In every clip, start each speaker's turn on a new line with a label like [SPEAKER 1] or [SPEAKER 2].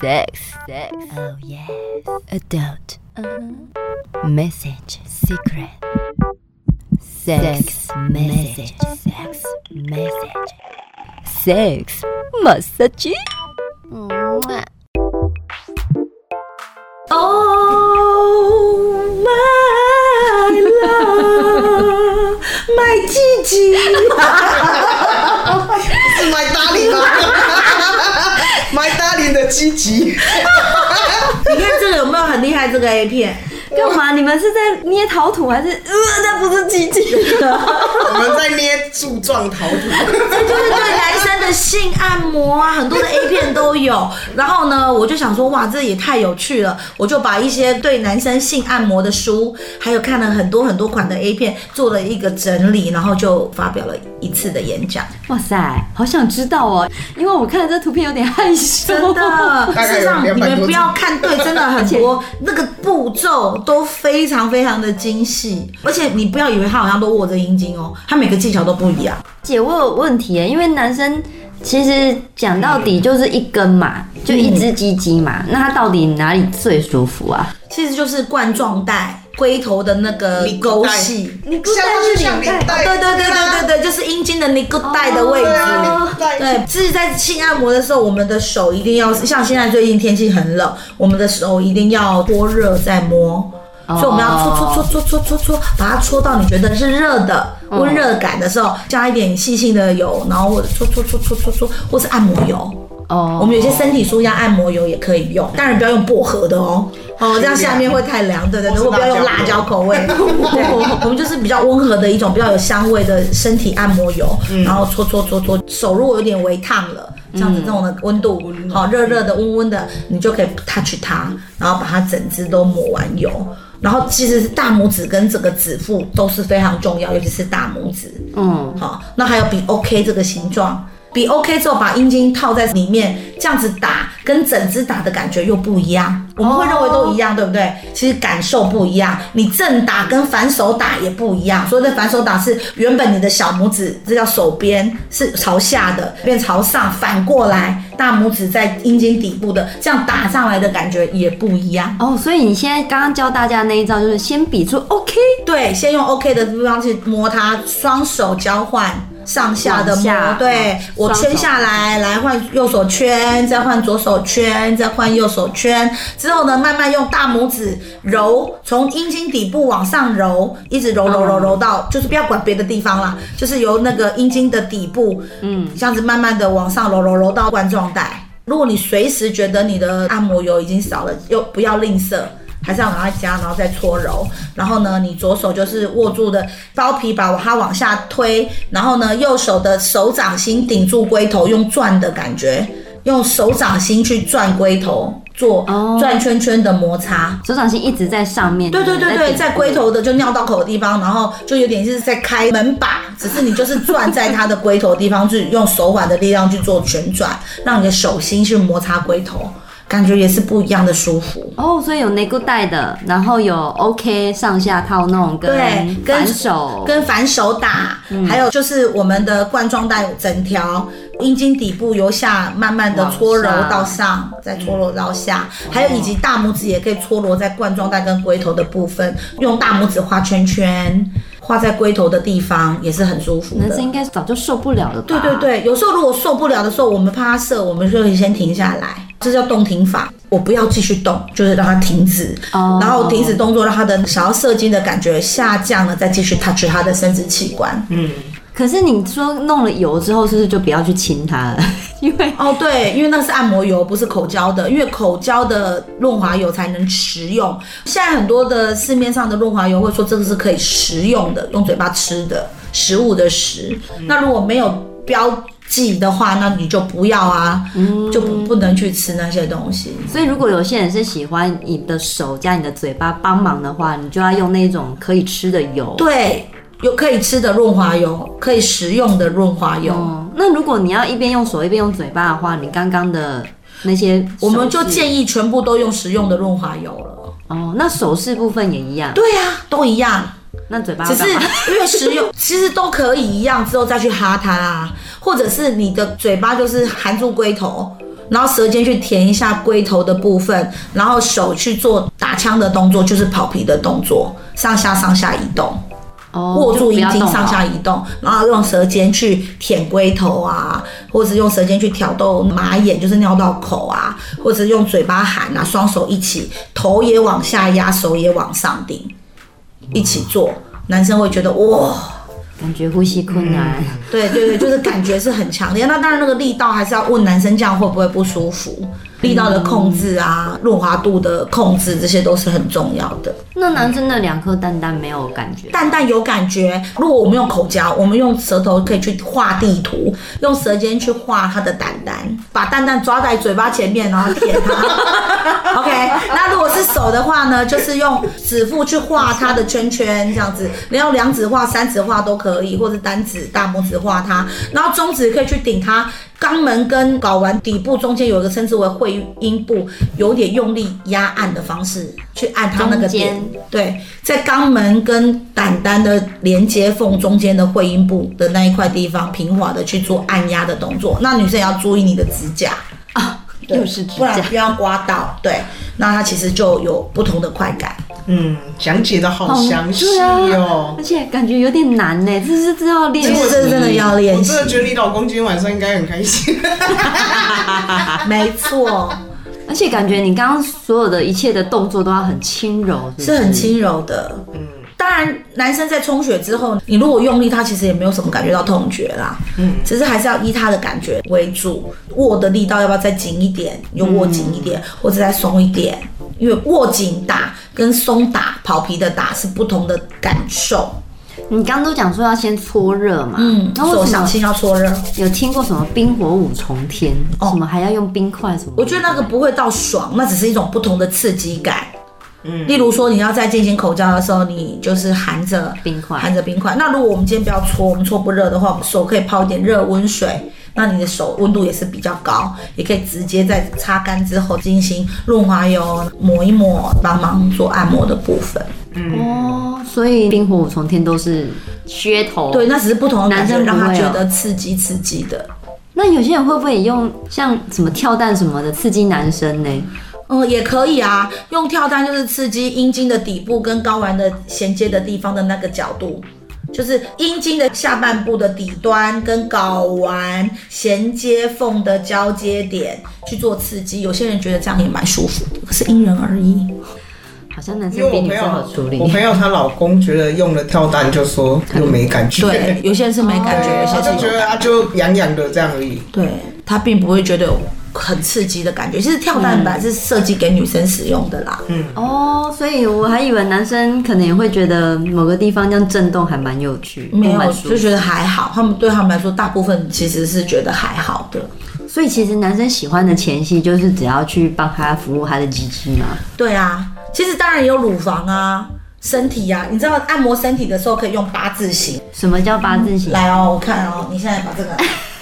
[SPEAKER 1] Sex, sex, oh yes. Uh-huh. Adult, message, secret. Sex, message, sex, message. Sex, massage.
[SPEAKER 2] Oh my love, my 自己，
[SPEAKER 3] 是 My Darling 吗？My Darling 的积极，
[SPEAKER 2] 你看这个有没有很厉害？这个 A 片，
[SPEAKER 4] 干嘛？你们是在捏陶土还是？呃，那不是鸡鸡，
[SPEAKER 3] 我们在捏柱状陶土，
[SPEAKER 2] 这就是对男生的性按摩啊，很多的 A 片都有。然后呢，我就想说，哇，这也太有趣了，我就把一些对男生性按摩的书，还有看了很多很多款的 A 片，做了一个整理，然后就发表了一次的演讲。
[SPEAKER 4] 哇塞，好想知道哦，因为我看了这图片有点害羞。
[SPEAKER 2] 真的，
[SPEAKER 3] 概有
[SPEAKER 2] 事实上
[SPEAKER 3] 200
[SPEAKER 2] 你们
[SPEAKER 3] 多
[SPEAKER 2] 不
[SPEAKER 3] 字
[SPEAKER 2] 要看对，真的很多那个步骤都非常非常的精细，而且你不要以为他好像都握着阴茎哦，他每个技巧都不一样。
[SPEAKER 4] 姐，我有问题耶，因为男生其实讲到
[SPEAKER 2] 嗯
[SPEAKER 4] 底就是一根嘛，就一只鸡鸡嘛，那他到底哪里最舒服啊？
[SPEAKER 2] 其实就是冠状带、龟头的那个
[SPEAKER 3] 你
[SPEAKER 2] 沟隙。
[SPEAKER 3] 你
[SPEAKER 4] 不带是
[SPEAKER 3] 像
[SPEAKER 4] 领带
[SPEAKER 3] 领带，啊
[SPEAKER 2] 对对对对对对，就是阴茎的那个带的位置。
[SPEAKER 3] 对啊，领带
[SPEAKER 2] 对，至于在性按摩的时候，我们的手一定要像现在最近天气很冷，我们的手一定要搓热再摸。
[SPEAKER 3] 哦
[SPEAKER 2] 所以我们要搓搓搓搓搓搓搓，把它搓到你觉得是热的
[SPEAKER 3] 嗯
[SPEAKER 2] 温热感的时候，加一点细性的油，然后或者搓搓搓搓搓搓，或是按摩油。
[SPEAKER 4] 哦
[SPEAKER 2] 我们有些身体舒压按摩油也可以用，当然不要用薄荷的哦，哦，这样下面会太凉。对对对，
[SPEAKER 3] 或是
[SPEAKER 2] 我不要用
[SPEAKER 3] 辣椒
[SPEAKER 2] 辣椒口味。对，我们就是比较温和的一种比较有香味的身体按摩油，然后搓搓搓搓，手如果有点微烫了，这样子这种的温度，好热热的温温的，你就可以 touch 它，然后把它整只都抹完油。然后其实是大拇指跟整个指腹都是非常重要，尤其是大拇指。
[SPEAKER 4] 嗯，
[SPEAKER 2] 好，那还有比 OK 这个形状，比 OK 之后把阴茎套在里面，这样子打跟整只打的感觉又不一样。我们会认为都一样，对不对？其实感受不一样，你正打跟反手打也不一样。所以的反手打是原本你的小拇指，这叫手边是朝下的，变朝上，反过来大拇指在阴茎底部的，这样打上来的感觉也不一样。
[SPEAKER 4] 哦，所以你现在刚刚教大家那一招就是先比出 OK，
[SPEAKER 2] 对，先用 OK 的地方去摸它，双手交换。上下的
[SPEAKER 4] 往
[SPEAKER 2] 摸
[SPEAKER 4] 下，嗯
[SPEAKER 2] 对我
[SPEAKER 4] 双手
[SPEAKER 2] 圈下来，来换右手圈，再换左手圈，再换右手圈。之后呢，慢慢用大拇指揉，从阴茎底部往上揉，一直揉
[SPEAKER 4] 嗯
[SPEAKER 2] 揉揉揉到，就是不要管别的地方啦，就是由那个阴茎的底部，嗯，这样子慢慢的往上揉揉揉到冠状带。如果你随时觉得你的按摩油已经少了，又不要吝啬。还是要赶快加，然后再搓揉。然后呢，你左手就是握住的包皮，把它往下推，然后呢，右手的手掌心顶住龟头，用转的感觉，用手掌心去转龟头，做
[SPEAKER 4] 哦
[SPEAKER 2] 转圈圈的摩擦。
[SPEAKER 4] 手掌心一直在上面，
[SPEAKER 2] 对对对对，
[SPEAKER 4] 顶
[SPEAKER 2] 在龟头的就尿道口的地方，然后就有点是在开门把，只是你就是转在它的龟头的地方，去用手腕的力量去做旋转，让你的手心去摩擦龟头，感觉也是不一样的舒服。
[SPEAKER 4] 哦，所以有内裤带的，然后有 OK 上下套弄跟
[SPEAKER 2] 对，跟
[SPEAKER 4] 反手，
[SPEAKER 2] 跟反手打，还有就是我们的冠状带整条阴茎底部由下慢慢的搓揉
[SPEAKER 4] 往下
[SPEAKER 2] 到上，再搓揉到下，还有以及大拇指也可以搓揉在冠状带跟龟头的部分，用大拇指画圈圈，画在龟头的地方也是很舒服
[SPEAKER 4] 男
[SPEAKER 2] 的
[SPEAKER 4] 生。应该早就受不了了吧？
[SPEAKER 2] 对对对，有时候如果受不了的时候，我们怕它射，我们就可以先停下来，这叫动停法。我不要继续动，就是让它停止，
[SPEAKER 4] 哦
[SPEAKER 2] 然后停止动作，让它的想要射精的感觉下降了，再继续 touch 它的生殖器官。
[SPEAKER 4] 可是你说弄了油之后，是不是就不要去亲它了？ 因为
[SPEAKER 2] 哦，对，因为那是按摩油，不是口交的，因为口交的润滑油才能食用。现在很多的市面上的润滑油会说这个是可以食用的，用嘴巴吃的，食物的食。那如果没有标记的话，那你就不要啊，就不不能去吃那些东西。
[SPEAKER 4] 所以，如果有些人是喜欢你的手加你的嘴巴帮忙的话，你就要用那种可以吃的油。，
[SPEAKER 2] 对，有可以吃的润滑油，可以食用的润滑油。
[SPEAKER 4] 哦，那如果你要一边用手一边用嘴巴的话，你刚刚的那些
[SPEAKER 2] 我们就
[SPEAKER 4] 手势
[SPEAKER 2] 建议全部都用食用的润滑油了。
[SPEAKER 4] 哦，那手势部分也一样。
[SPEAKER 2] 对呀、都一样。
[SPEAKER 4] 那嘴巴要
[SPEAKER 2] 只是
[SPEAKER 4] 干嘛
[SPEAKER 2] 因为食用，其实都可以一样，之后再去哈它啊，或者是你的嘴巴就是含住龟头，然后舌尖去填一下龟头的部分，然后手去做打枪的动作，就是跑皮的动作，上下上下移动。
[SPEAKER 4] 哦
[SPEAKER 2] 握住阴茎上。
[SPEAKER 4] 就不要动
[SPEAKER 2] 下
[SPEAKER 4] 了
[SPEAKER 2] 移动，然后用舌尖去舔龟头啊，或者是用舌尖去挑逗马眼，就是尿道口啊，或者是用嘴巴含啊，双手一起，头也往下压，手也往上顶，一起做，男生会觉得哇。
[SPEAKER 4] 感觉呼吸困难。
[SPEAKER 2] 对对对，就是感觉是很强烈。 那当然，那个力道还是要问男生这样会不会不舒服，力道的控制啊，润滑度的控制，这些都是很重要的。
[SPEAKER 4] 那男生的两颗蛋蛋没有感觉，
[SPEAKER 2] 蛋蛋有感觉。如果我们用口交，我们用舌头可以去画地图，用舌尖去画它的蛋蛋，把蛋蛋抓在嘴巴前面，然后舔它。OK，那如果是手的话呢，就是用指腹去画它的圈圈，这样子，你用两指画、三指画都可以，或者单指、大拇指画它，然后中指可以去顶它。肛门跟睾丸底部中间有一个称之为会阴部，有点用力压按的方式去按它那个
[SPEAKER 4] 中间
[SPEAKER 2] 点，对，在肛门跟胆丹的连接缝中间的会阴部的那一块地方，平滑的去做按压的动作。那女生也要注意你的指甲，对
[SPEAKER 4] 又是指
[SPEAKER 2] 不然
[SPEAKER 4] 甲
[SPEAKER 2] 不要刮到。对，那它其实就有不同的快 感。
[SPEAKER 3] 嗯，讲解的好详细
[SPEAKER 4] 对
[SPEAKER 3] 哦
[SPEAKER 4] 啊，而。且感觉有点难呢，这是这要练
[SPEAKER 2] 其
[SPEAKER 4] 习，
[SPEAKER 2] 实这真的要练
[SPEAKER 3] 我
[SPEAKER 2] 习
[SPEAKER 3] 真，的觉得你老公今天晚上应该很开心。
[SPEAKER 2] 没错，
[SPEAKER 4] 而且感觉你刚刚所有的一切的动作都要很轻柔，不
[SPEAKER 2] 是很。轻柔的。嗯，当然，男生在充血之后，你如果用力，他其实也没有什么感觉到痛觉啦。嗯，只是还是要依他的感觉为主。握的力道要不要再紧一点？你就握紧一点，
[SPEAKER 4] 嗯
[SPEAKER 2] 或者再松一点。因为握紧打跟松打、跑皮的打是不同的感受。
[SPEAKER 4] 你刚刚都讲说要先搓热嘛，
[SPEAKER 2] 嗯，
[SPEAKER 4] 那为
[SPEAKER 2] 手
[SPEAKER 4] 什
[SPEAKER 2] 掌
[SPEAKER 4] 么
[SPEAKER 2] 心要搓热。
[SPEAKER 4] 有听过什么冰火五重天，
[SPEAKER 2] 哦
[SPEAKER 4] 什么还要用冰块什么？
[SPEAKER 2] 我觉得那个不会到爽，那只是一种不同的刺激感。嗯，例如说你要在进行口交的时候，你就是含着
[SPEAKER 4] 冰块
[SPEAKER 2] 含着冰块。那如果我们今天不要搓，我们搓不热的话，我们手可以泡一点热温水，那你的手温度也是比较高，也可以直接在擦干之后进行润滑油抹一抹，帮忙做按摩的部分。
[SPEAKER 4] 哦，所以冰火五重天都是噱头。
[SPEAKER 2] 对，，那只是不同的感觉，
[SPEAKER 4] 男生不
[SPEAKER 2] 让他
[SPEAKER 4] 会哦
[SPEAKER 2] 觉得刺激刺激的。
[SPEAKER 4] 那有些人会不会也用像什么跳蛋什么的刺激男生呢？
[SPEAKER 2] 嗯，也可以啊，用跳蛋就是刺激阴茎的底部跟睾丸的衔接的地方的那个角度，就是阴茎的下半部的底端跟睾丸衔接缝的交接点去做刺激。有些人觉得这样也蛮舒服的，可是因人而异。
[SPEAKER 4] 好像男
[SPEAKER 3] 因
[SPEAKER 4] 生
[SPEAKER 3] 为
[SPEAKER 4] 比
[SPEAKER 3] 我
[SPEAKER 4] 女
[SPEAKER 3] 朋
[SPEAKER 4] 生好
[SPEAKER 3] 友
[SPEAKER 4] 处理，。
[SPEAKER 3] 我朋友她老公觉得用了跳蛋就说又没感觉，
[SPEAKER 2] 对，有些人是没感觉，有
[SPEAKER 3] 对，
[SPEAKER 2] 些
[SPEAKER 3] 哦他就
[SPEAKER 2] 是有
[SPEAKER 3] 觉
[SPEAKER 2] 感觉
[SPEAKER 3] 得他就痒痒的这样而已。
[SPEAKER 2] 对他并不会觉得有很刺激的感觉。其实跳蛋本来是设计给女生使用的啦。
[SPEAKER 4] 哦，所以我还以为男生可能也会觉得某个地方这样震动还蛮有趣，
[SPEAKER 2] 没
[SPEAKER 4] 蛮
[SPEAKER 2] 有，
[SPEAKER 4] 舒
[SPEAKER 2] 就
[SPEAKER 4] 服。
[SPEAKER 2] 觉得还好。他们对他们来说，大部分其实是觉得还好的。
[SPEAKER 4] 所以其实男生喜欢的前戏就是只要去帮他服务他的鸡鸡嘛。
[SPEAKER 2] 对啊，其实当然也有乳房啊、身体啊，你知道按摩身体的时候可以用八字形。
[SPEAKER 4] 什么叫八字形？
[SPEAKER 2] 来哦，我看哦，你现在把这个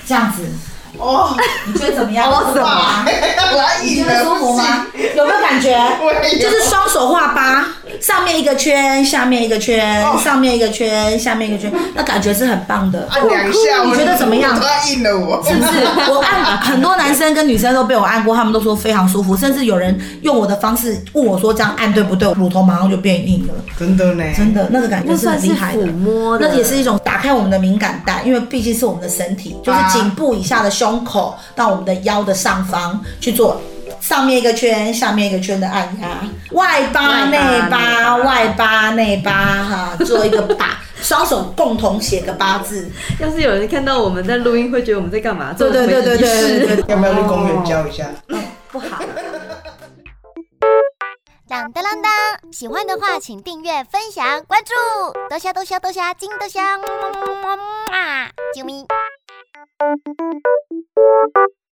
[SPEAKER 2] 这样子，
[SPEAKER 3] 哦，
[SPEAKER 2] 你觉得怎么样？
[SPEAKER 3] 什么？来，
[SPEAKER 2] 你觉得舒服吗？？有没有感觉？
[SPEAKER 3] 对有
[SPEAKER 2] 就是双手画八，上面一个圈，下面一个圈，
[SPEAKER 3] 哦
[SPEAKER 2] 上面一个圈，下面一个圈，那感觉是很棒的。
[SPEAKER 3] 按两下，
[SPEAKER 2] 你觉得怎么样？
[SPEAKER 3] 他硬了我，
[SPEAKER 2] 是不是？我按很多男生跟女生都被我按过，他们都说非常舒服，甚至有人用我的方式问我说这样按对不对，我乳头马上就变硬了。
[SPEAKER 3] 真的呢，
[SPEAKER 2] 真的那个感觉
[SPEAKER 4] 那
[SPEAKER 2] 是
[SPEAKER 4] 算
[SPEAKER 2] 很
[SPEAKER 4] 是
[SPEAKER 2] 厉害的
[SPEAKER 4] 抚。摸的，
[SPEAKER 2] 那也是一种打开我们的敏感带，因为毕竟是我们的身体，就是
[SPEAKER 3] 啊
[SPEAKER 2] 颈部以下的胸口到我们的腰的上方去做上面一个圈、下面一个圈的按压，外八、
[SPEAKER 4] 外八
[SPEAKER 2] 内八、
[SPEAKER 4] 内八
[SPEAKER 2] 外八、内八哈，做一个把，双手共同写个八 字。
[SPEAKER 4] 要是有人看到我们在录音，会觉得我们在干嘛？
[SPEAKER 2] 对对对对对对对，
[SPEAKER 3] 要不要去公园教一下？
[SPEAKER 2] 不好。
[SPEAKER 5] 当当当当！喜欢的话，请订阅、分享、关注，多虾多虾多虾，金多虾，么么么么么啊！啾咪！